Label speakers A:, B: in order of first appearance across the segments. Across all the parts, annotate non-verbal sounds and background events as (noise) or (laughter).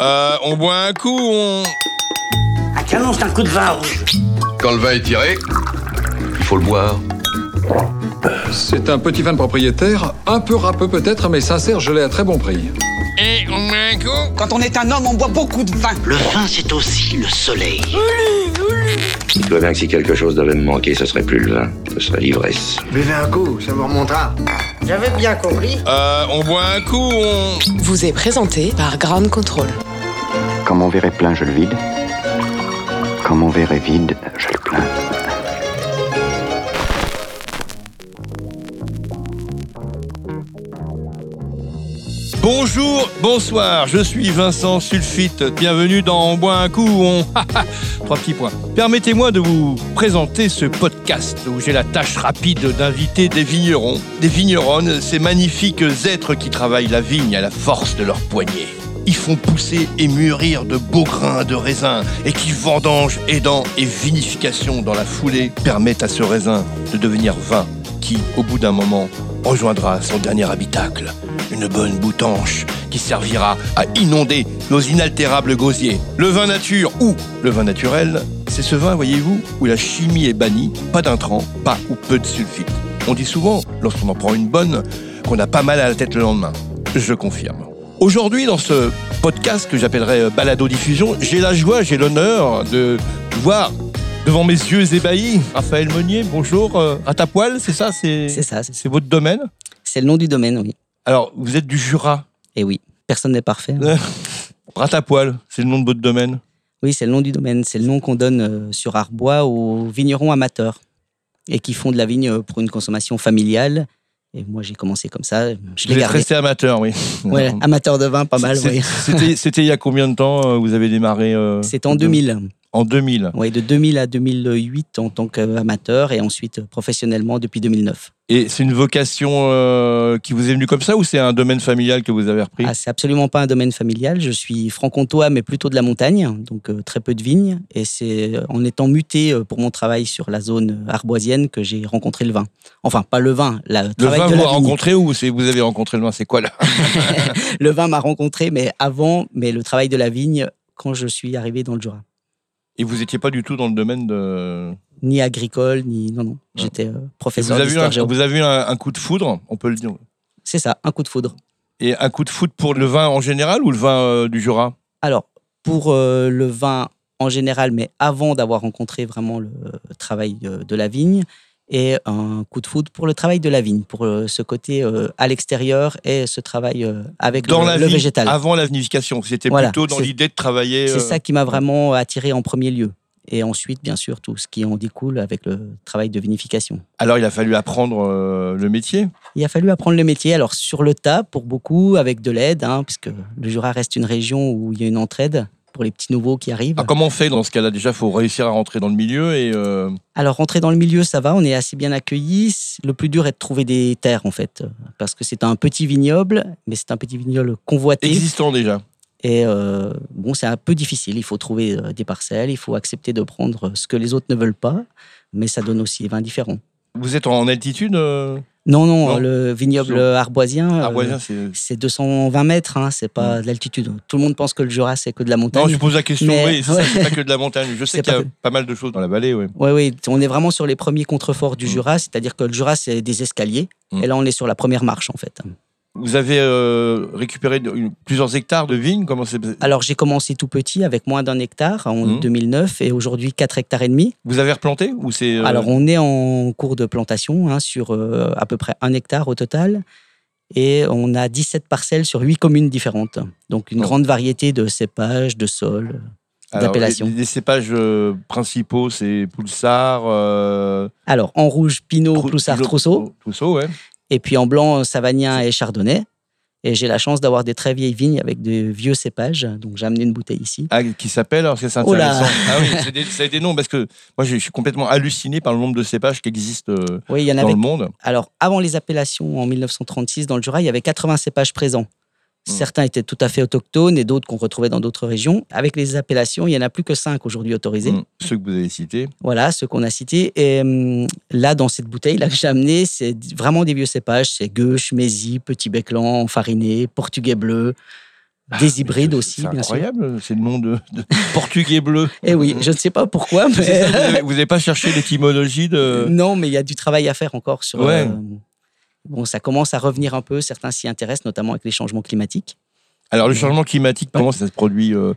A: Euh, on boit un coup, on...
B: Un canon, c'est un coup de vin rouge.
C: Quand le vin est tiré, il faut le boire.
D: C'est un petit vin de propriétaire, un peu râpeux peut-être, mais sincère, je l'ai à très bon prix.
A: Et on boit un coup
E: Quand on est un homme, on boit beaucoup de vin.
F: Le vin, c'est aussi le soleil.
G: Tu vois bien que si quelque chose devait me manquer, ce serait plus le vin, ce serait l'ivresse.
H: Buvez un coup, ça vous remontera.
B: J'avais bien compris.
A: Euh, on boit un coup, on...
I: vous est présenté par Ground Control.
G: Quand mon verre est plein, je le vide. Quand mon verre est vide, je le plains.
A: Bonjour, bonsoir, je suis Vincent Sulfite. Bienvenue dans On boit un coup, on... (laughs) Trois petits points. Permettez-moi de vous présenter ce podcast où j'ai la tâche rapide d'inviter des vignerons, des vigneronnes, ces magnifiques êtres qui travaillent la vigne à la force de leurs poignets. Ils font pousser et mûrir de beaux grains de raisin et qui vendangent, aidant et vinification dans la foulée permettent à ce raisin de devenir vin qui, au bout d'un moment, rejoindra son dernier habitacle, une bonne boutanche qui servira à inonder nos inaltérables gosiers. Le vin nature ou le vin naturel, c'est ce vin, voyez-vous, où la chimie est bannie, pas d'intrants, pas ou peu de sulfite. On dit souvent, lorsqu'on en prend une bonne, qu'on a pas mal à la tête le lendemain. Je confirme. Aujourd'hui, dans ce podcast que j'appellerai euh, Balado Diffusion, j'ai la joie, j'ai l'honneur de voir devant mes yeux ébahis Raphaël Meunier. Bonjour, euh, à ta poêle, c'est ça
J: C'est ça, c'est-
A: c'est votre domaine
J: c'est le nom du domaine, oui.
A: Alors, vous êtes du
J: (laughs)
A: Jura.
J: Et oui, personne n'est parfait. hein.
A: Ratapoil, c'est le nom de votre domaine.
J: Oui, c'est le nom du domaine, c'est le nom qu'on donne euh, sur Arbois aux vignerons amateurs et qui font de la vigne euh, pour une consommation familiale. Et moi, j'ai commencé comme ça, je
A: Vous
J: l'ai
A: êtes
J: gardé.
A: resté amateur, oui.
J: Ouais, amateur de vin, pas mal,
A: C'est-
J: oui. (laughs)
A: C'était c'était il y a combien de temps euh, vous avez démarré euh,
J: C'est en 2000,
A: En 2000.
J: oui, de 2000 à 2008 en tant qu'amateur et ensuite euh, professionnellement depuis 2009.
A: Et c'est une vocation euh, qui vous est venue comme ça ou c'est un domaine familial que vous avez repris
J: Ah, c'est absolument pas un domaine familial. Je suis franc-comtois, mais plutôt de la montagne, donc euh, très peu de vignes. Et c'est euh, en étant muté euh, pour mon travail sur la zone euh, arboisienne que j'ai rencontré le vin. Enfin, pas le vin, la- le
A: Le
J: travail
A: vin
J: de
A: vous
J: la
A: a
J: vigne.
A: rencontré ou c'est vous avez rencontré le vin C'est quoi là
J: Le vin m'a rencontré, mais avant, mais le travail de la vigne quand je suis arrivé dans le Jura.
A: Et vous n'étiez pas du tout dans le domaine de.
J: Ni agricole, ni non non. J'étais euh,
A: Vous
J: professeur
A: avez, eu un,
J: d'histoire géo.
A: vous avez eu un, un coup de foudre, on peut le dire.
J: C'est ça, un coup de foudre.
A: Et un coup de foudre pour le vin en général ou le vin euh, du Jura
J: Alors, pour euh, le vin en général, mais avant d'avoir rencontré vraiment le euh, travail euh, de la vigne, et un coup de foudre pour le travail de la vigne, pour euh, ce côté euh, à l'extérieur et ce travail euh, avec
A: Dans
J: le,
A: la
J: le
A: vie,
J: végétal.
A: Avant la vinification, c'était
J: Voilà,
A: plutôt dans
J: c'est-
A: l'idée de travailler.
J: C'est
A: euh,
J: ça qui m'a vraiment attiré en premier lieu. Et ensuite, bien sûr, tout ce qui en découle avec le travail de vinification.
A: Alors il a fallu apprendre euh, le métier.
J: Il a fallu apprendre le métier, alors sur le tas, pour beaucoup, avec de l'aide, hein, puisque le Jura reste une région où il y a une entraide pour les petits nouveaux qui arrivent.
A: Ah, comment on fait dans ce cas-là Déjà, faut réussir à rentrer dans le milieu et euh,
J: Alors, rentrer dans le milieu, ça va, on est assez bien accueillis. Le plus dur est de trouver des terres, en fait, parce que c'est un petit vignoble, mais c'est un petit vignoble convoité.
A: existant déjà.
J: Et euh, bon, c'est un peu difficile, il faut trouver euh, des parcelles, il faut accepter de prendre ce que les autres ne veulent pas, mais ça donne aussi des vins différents.
A: Vous êtes en altitude euh,
J: Non, non,
A: Non.
J: le vignoble
A: Sur-
J: arboisien, euh,
A: arboisien, c'est-
J: c'est 220 mètres, hein, c'est pas de l'altitude. Tout le monde pense que le Jura, c'est que de la montagne.
A: Non, je pose la question.
J: Mais-
A: Oui, c'est ça,
J: ouais.
A: c'est pas que de la montagne.
J: (laughs)
A: Je sais
J: C'est
A: qu'il y a
J: pas que-
A: pas mal de choses dans la vallée. Oui.
J: Oui, oui, on est vraiment sur les premiers contreforts du
A: Mm.
J: Jura, c'est-à-dire que le Jura, c'est des escaliers,
A: Mm.
J: et là, on est sur la première marche, en fait.
A: Vous avez euh, récupéré de- une- plusieurs hectares de vignes. Comment c'est
J: Alors, j'ai commencé tout petit avec moins d'un hectare en
A: Mhm.
J: 2009 et aujourd'hui 4 hectares et demi.
A: Vous avez replanté ou c'est euh,
J: Alors, on est en cours de plantation hein, sur euh, à peu près un hectare au total et on a 17 parcelles sur 8 communes différentes. Donc, une
A: Bon.
J: grande variété de cépages, de sols.
A: alors,
J: d'appellation.
A: Les, les cépages euh, principaux, c'est Poulsard, euh,
J: Alors, en rouge, Pinot,
A: Trou-
J: Ploussard,
A: Trou-
J: Trousseau
A: Trousseau, ouais.
J: et puis en blanc, Savagnin et Chardonnay. Et j'ai la chance d'avoir des très vieilles vignes avec des vieux cépages. Donc, j'ai amené une bouteille ici.
A: Ah, qui s'appelle Alors, c'est c'est
J: Oh là
A: intéressant. ah oui, c'est des, c'est des noms parce que moi, je je suis complètement halluciné par le nombre de cépages qui existent euh,
J: Oui, il y en
A: dans
J: avait
A: le monde.
J: Alors, avant les appellations en 1936, dans le Jura, il y avait 80 cépages présents.
A: Mm.
J: Certains étaient tout à fait autochtones et d'autres qu'on retrouvait dans d'autres régions. Avec les appellations, il n'y en a plus que 5 aujourd'hui autorisés.
A: Mm. Ceux que vous avez cités.
J: Voilà, ceux qu'on a cités. Et hum, là, dans cette bouteille là que j'ai amenée, c'est vraiment des vieux cépages. C'est Gueuche, Mézy, Petit Beclan, Fariné, Portugais Bleu. des hybrides aussi,
A: Ah, C'est
J: bien sûr.
A: incroyable, c'est le nom de, de (laughs) portugais bleu.
J: (laughs) Eh oui, je ne sais pas pourquoi,
A: C'est ça, vous
J: mais (laughs)
A: avez- vous n'avez pas cherché l'étymologie de.
J: non, mais il y a du travail à faire encore sur. euh,
A: Ouais.
J: bon, ça commence à revenir un peu. Certains s'y intéressent, notamment avec les changements climatiques.
A: Alors, le changement climatique, comment ça se produit euh,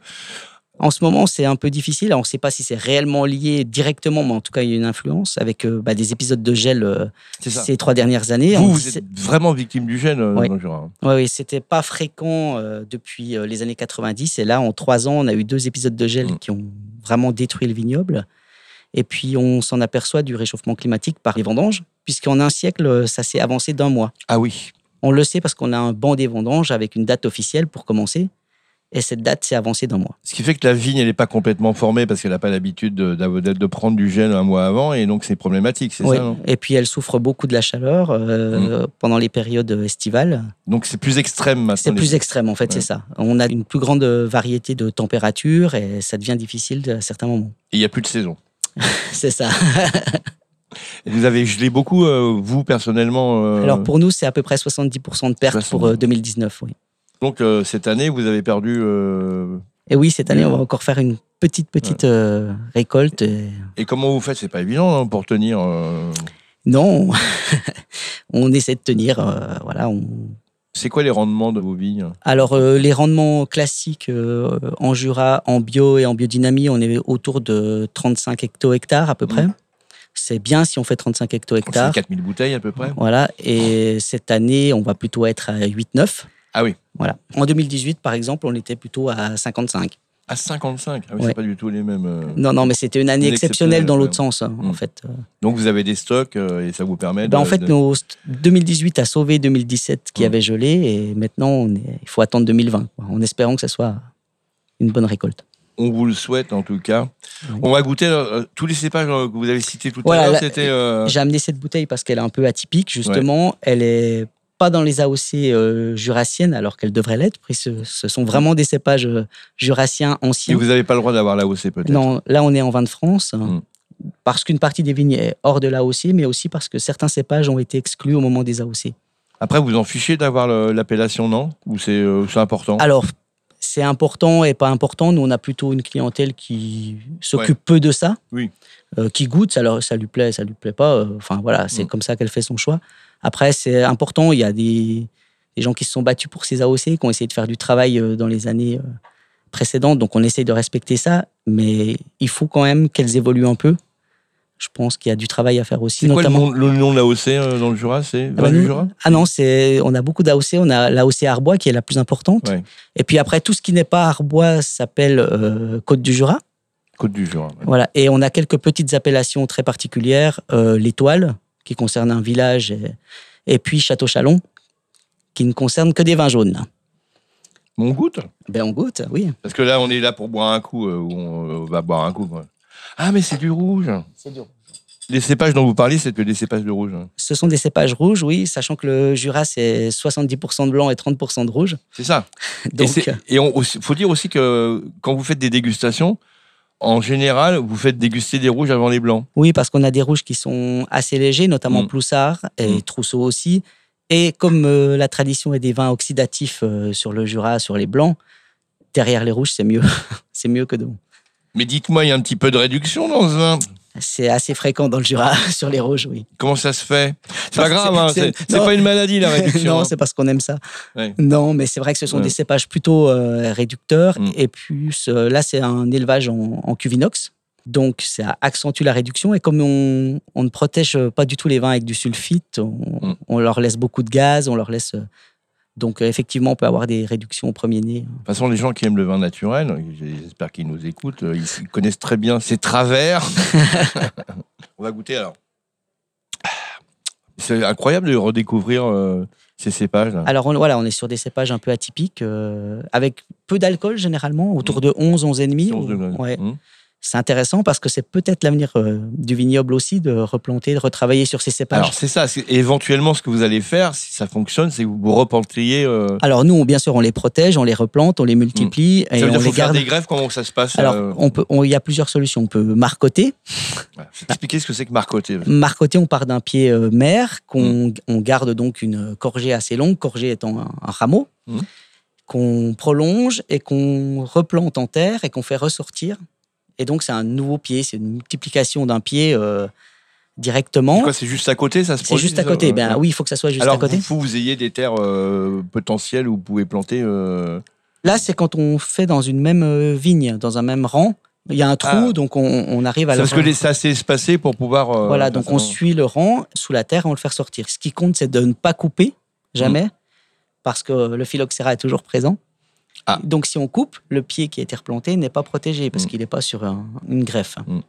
J: En ce moment, c'est un peu difficile. Alors, on ne sait pas si c'est réellement lié directement, mais en tout cas, il y a une influence avec euh, bah, des épisodes de gel euh,
A: C'est ça.
J: ces trois dernières années.
A: Vous,
J: On
A: vous
J: sait-
A: êtes vraiment victime du gène euh,
J: Ouais.
A: dans le Jura.
J: Oui, oui, c'était pas fréquent euh, depuis euh, les années 90. Et là, en trois ans, on a eu deux épisodes de gel
A: Mm.
J: qui ont vraiment détruit le vignoble. Et puis, on s'en aperçoit du réchauffement climatique par les vendanges, puisqu'en un siècle, euh, ça s'est avancé d'un mois.
A: Ah oui.
J: On le sait parce qu'on a un banc des vendanges avec une date officielle pour commencer. Et cette date s'est avancée d'un mois.
A: Ce qui fait que la vigne, elle n'est pas complètement formée parce qu'elle n'a pas l'habitude de, d'av- d'être- de prendre du gel un mois avant et donc c'est problématique, c'est
J: Oui.
A: ça non Mm.
J: et puis, elle souffre beaucoup de la chaleur euh, pendant les périodes estivales.
A: Donc Ah, c'est plus extrême maintenant.
J: C'est
A: les-
J: plus extrême, en fait,
A: Ouais.
J: c'est ça. On a une plus grande variété de températures et ça devient difficile à certains moments. (laughs)
A: Et Il n'y a plus de saison.
J: C'est ça.
A: Vous avez gelé beaucoup, euh, vous personnellement. euh,
J: Alors pour nous, c'est à peu près 70% de pertes pour euh,
A: 70.
J: 2019. Oui.
A: Donc euh, cette année, vous avez perdu. euh,
J: Et oui, cette année, on va encore faire une petite, petite euh, récolte. et-
A: Et comment vous faites C'est pas évident hein, pour tenir. euh,
J: Non, (laughs) on essaie de tenir. euh, voilà, on-
A: C'est quoi les rendements de vos vignes
J: Alors euh, les rendements classiques euh, en Jura, en bio et en biodynamie, on est autour de 35 hecto-hectares
A: Mmh.
J: à peu près. C'est bien si on fait 35
A: C'est
J: hecto-hectares.
A: 4000 bouteilles à peu près.
J: Voilà, et cette année, on va plutôt être à 8-9.
A: Ah oui.
J: Voilà. En 2018, par exemple, on était plutôt à 55.
A: À 55. Ah oui,
J: Ouais.
A: C'est pas du tout les mêmes. euh.
J: Non, non, mais c'était une année
A: Une
J: exceptionnelle dans l'autre
A: exceptionnelle,
J: sens, hein,
A: Mm.
J: en fait.
A: Donc vous avez des stocks euh, et ça vous permet.
J: Ben,
A: de-
J: en fait,
A: de-
J: nos st- 2018 a sauvé 2017 qui
A: Mm.
J: avait gelé, et maintenant, on est- il faut attendre 2020, quoi, en espérant que ce soit une bonne récolte.
A: On vous le souhaite en tout cas.
J: Oui.
A: On va goûter euh, tous les cépages euh, que vous avez cités tout
J: Voilà,
A: à l'heure.
J: la-
A: C'était. euh,
J: J'ai amené cette bouteille parce qu'elle est un peu atypique, justement. Elle est pas dans les AOC euh, jurassiennes, alors qu'elle devrait l'être, puisque ce, ce sont vraiment des cépages euh, jurassiens
A: Et
J: anciens.
A: vous n'avez pas le droit d'avoir la haussée peut-être.
J: Non, là, on est en vin de France.
A: Mm.
J: Parce qu'une partie des vignes est hors de l'AOC, mais aussi parce que certains cépages ont été exclus au moment des AOC.
A: Après, vous en fichez d'avoir le- l'appellation, non Ou c'est euh, c'est important
J: Alors, c'est important et pas important. Nous, on a plutôt une clientèle qui s'occupe
A: Ouais.
J: peu de ça,
A: Oui.
J: Euh, qui goûte, ça, leur- ça lui plaît, ça lui plaît pas. euh, Enfin, voilà, c'est
A: Mm.
J: comme ça qu'elle fait son choix. Après, c'est important. Il y a des, des gens qui se sont battus pour ces AOC, qui ont essayé de faire du travail euh, dans les années euh, précédentes. Donc, on essaye de respecter ça, mais il faut quand même qu'elles évoluent un peu. Je pense qu'il y a du travail à faire aussi,
A: C'est quoi le
J: notamment.
A: nom, le nom de l'AOC euh, dans le Jura C'est
J: Ah
A: Vin
J: bah
A: du
J: nous-
A: Jura
J: ah non, c'est on a beaucoup d'AOC. On a l'AOC Arbois qui est la plus importante.
A: Ouais.
J: Et puis après, tout ce qui n'est pas Arbois s'appelle euh, Côte du Jura.
A: Côte du Jura. ouais.
J: Voilà. Et on a quelques petites appellations très particulières. Euh, L'Étoile, qui concerne un village, et, et puis Château Chalon, qui ne concerne que des vins jaunes.
A: Bon, on goûte
J: Ben on goûte, oui.
A: Parce que là, on est là pour boire un coup, euh, ou on euh, va boire un coup. quoi. Ah, mais c'est du rouge
J: C'est dur.
A: Les cépages dont vous parlez, c'est que des cépages de rouge. hein.
J: Ce sont des cépages rouges, oui, sachant que le Jura c'est 70% de blanc et 30% de rouge.
A: C'est ça. Et
J: Donc,
A: c'est- et il faut dire aussi que quand vous faites des dégustations, en général, vous faites déguster des rouges avant les blancs.
J: Oui, parce qu'on a des rouges qui sont assez légers, notamment
A: Mm.
J: Ploussard et
A: Mm.
J: Trousseau aussi. Et comme euh, la tradition est des vins oxydatifs euh, sur le Jura, sur les blancs, derrière les rouges, c'est mieux. (laughs) c'est mieux que devant.
A: Mais dites-moi, il y a un petit peu de réduction dans ce vin.
J: C'est assez fréquent dans le Jura, (laughs) sur les rouges, oui.
A: Comment ça se fait C'est pas
J: Parce que
A: grave, hein, c'est
J: c'est-
A: c'est
J: non.
A: pas une maladie la réduction.
J: (laughs) non,
A: hein.
J: c'est parce qu'on aime ça.
A: Ouais.
J: Non, mais c'est vrai que ce sont
A: Ouais.
J: des cépages plutôt euh, réducteurs.
A: Mm.
J: Et plus, euh, là, c'est un élevage en, en cuvinox. Donc, ça accentue la réduction. Et comme on, on ne protège pas du tout les vins avec du sulfite, on,
A: Mm.
J: on leur laisse beaucoup de gaz, on leur laisse. euh, Donc, euh, effectivement, on peut avoir des réductions au premier nez.
A: De toute façon, les gens qui aiment le vin naturel, j'espère qu'ils nous écoutent, euh, ils connaissent très bien ces travers.
J: (laughs)
A: On va goûter alors. C'est incroyable de redécouvrir euh, ces cépages. là.
J: Alors, on- voilà, on est sur des cépages un peu atypiques, euh, avec peu d'alcool généralement, autour de 11, 11,5.
A: 11 Mm. degrés.
J: Ouais.
A: Hum.
J: C'est intéressant parce que c'est peut-être l'avenir euh, du vignoble aussi de replanter, de retravailler sur ces cépages.
A: Alors c'est ça, c'est- éventuellement ce que vous allez faire, si ça fonctionne, c'est que vous vous repentiez. euh,
J: Alors nous, on- bien sûr, on les protège, on les replante, on les multiplie Ah, et
A: Hmm. Ça veut
J: on
A: dire
J: les
A: faut faire
J: garde.
A: des greffes, comment ça se passe
J: Alors,
A: euh,
J: on peut, on- il y a plusieurs solutions. On peut marcoter.
A: voilà. Expliquez ce que c'est que euh, marcoter.
J: Marcoter, on part d'un pied euh,
A: Hmm.
J: mère, qu'on on garde donc une corgée assez longue, corgée étant un, un rameau,
A: Mm.
J: qu'on prolonge et qu'on replante en terre et qu'on fait ressortir. Et donc, c'est un nouveau pied, c'est une multiplication d'un pied euh, directement.
A: Quoi, c'est juste à côté, ça se
J: Hein C'est
A: produit
J: juste à
A: ça
J: côté.
A: Ouais.
J: Ben oui, il faut que ça soit juste
A: Alors,
J: à côté.
A: vous, vous ayez des terres euh, potentielles où vous pouvez planter. euh,
J: Là, c'est quand on fait dans une même euh, vigne, dans un même rang. Il y a un trou,
A: Ah.
J: donc on, on arrive à
A: c'est
J: le
A: parce que les- ça s'est espacé pour pouvoir. euh,
J: hein. Voilà, donc on
A: forcément-
J: suit le rang sous la terre et on le fait ressortir. Ce qui compte, c'est de ne pas couper,
A: Mm.
J: jamais, parce que le phylloxéra est toujours présent.
A: Ah.
J: Donc si on coupe, le pied qui a été replanté n'est pas protégé parce
A: Mm.
J: qu'il n'est pas sur un- une greffe.
A: Mm.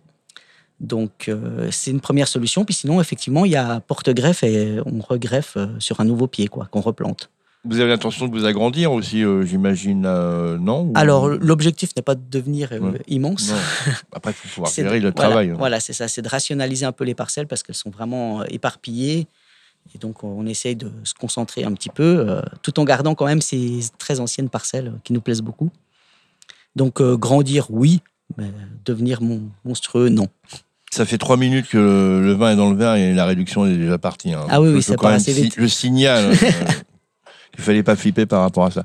J: Donc euh, c'est une première solution. Puis sinon, effectivement, il y a porte-greffe et on regreffe euh, sur un nouveau pied, quoi, qu'on replante.
A: Vous avez l'intention de vous agrandir aussi, euh, j'imagine, euh, non ou-
J: Alors l'objectif n'est pas de devenir euh,
A: Ouais.
J: immense.
A: Non. (laughs) Après, il faut pouvoir
J: C'est-
A: gérer le
J: voilà,
A: travail. hein.
J: Voilà, c'est ça, c'est de rationaliser un peu les parcelles parce qu'elles sont vraiment euh, éparpillées. Et donc, on essaye de se concentrer un petit peu, euh, tout en gardant quand même ces très anciennes parcelles euh, qui nous plaisent beaucoup. Donc, euh, grandir, oui, mais devenir mon- monstrueux, non.
A: Ça fait trois minutes que le vin est dans le verre et la réduction est déjà partie. hein.
J: Ah oui,
A: Je-
J: oui,
A: je
J: ça
A: quand
J: part
A: même
J: assez
A: si-
J: vite.
A: Je signale
J: (laughs)
A: euh, qu'il fallait pas flipper par rapport à ça.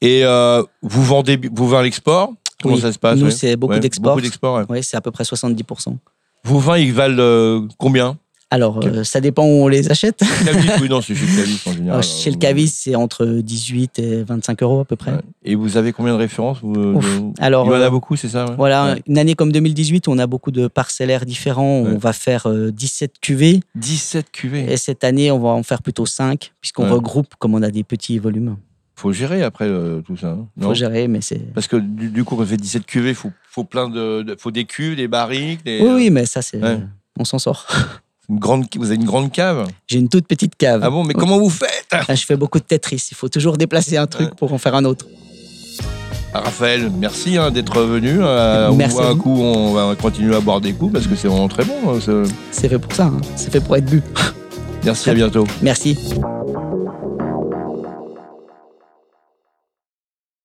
A: Et euh, vous vendez bi- vous vins à l'export Comment
J: Oui.
A: ça se passe
J: Nous,
A: ouais
J: c'est beaucoup
A: Ouais,
J: d'exports.
A: Beaucoup d'exports, ouais.
J: Oui, c'est à peu près 70%.
A: Vos vins, ils valent euh, combien
J: Alors, euh, ça dépend où on les achète.
A: Cavis, oui, non, c'est chez le Cavis en général.
J: Euh, (laughs) Chez le
A: Euh,
J: Cavis, c'est entre 18 et 25 euros à peu près.
A: ouais. Et vous avez combien de références vous, euh,
J: Ouf.
A: de-
J: Alors,
A: Il y en a
J: euh,
A: beaucoup, c'est ça ouais
J: Voilà,
A: Hein, Ouais.
J: une année comme 2018, on a beaucoup de parcellaires différents.
A: Ouais.
J: On va faire euh, 17 cuvées.
A: 17 cuvées.
J: Et cette année, on va en faire plutôt 5, puisqu'on
A: Ouais.
J: regroupe comme on a des petits volumes.
A: faut gérer après euh, tout ça. hein,
J: Il
A: non
J: faut gérer, mais c'est.
A: Parce que du, du coup, on fait 17 cuvées, il faut, faut plein de, de- faut des cuves, des barriques, des,
J: Oui, oui, mais ça, c'est.
A: euh, ouais.
J: On s'en sort. (laughs)
A: une grande, vous avez une grande cave.
J: J'ai une toute petite cave.
A: Ah bon, mais comment vous faites
J: Ah, Je fais beaucoup de Tetris. Il faut toujours déplacer un truc
A: Ouais.
J: pour en faire un autre.
A: Ah, Raphaël, merci hein, d'être venu. Euh, on
J: Merci
A: boit
J: à
A: un
J: vous.
A: coup, on va continuer à boire des coups parce que c'est vraiment très bon. hein, ce-
J: C'est fait pour ça. hein. C'est fait pour être bu.
A: Merci, à bientôt.
J: (laughs) Merci.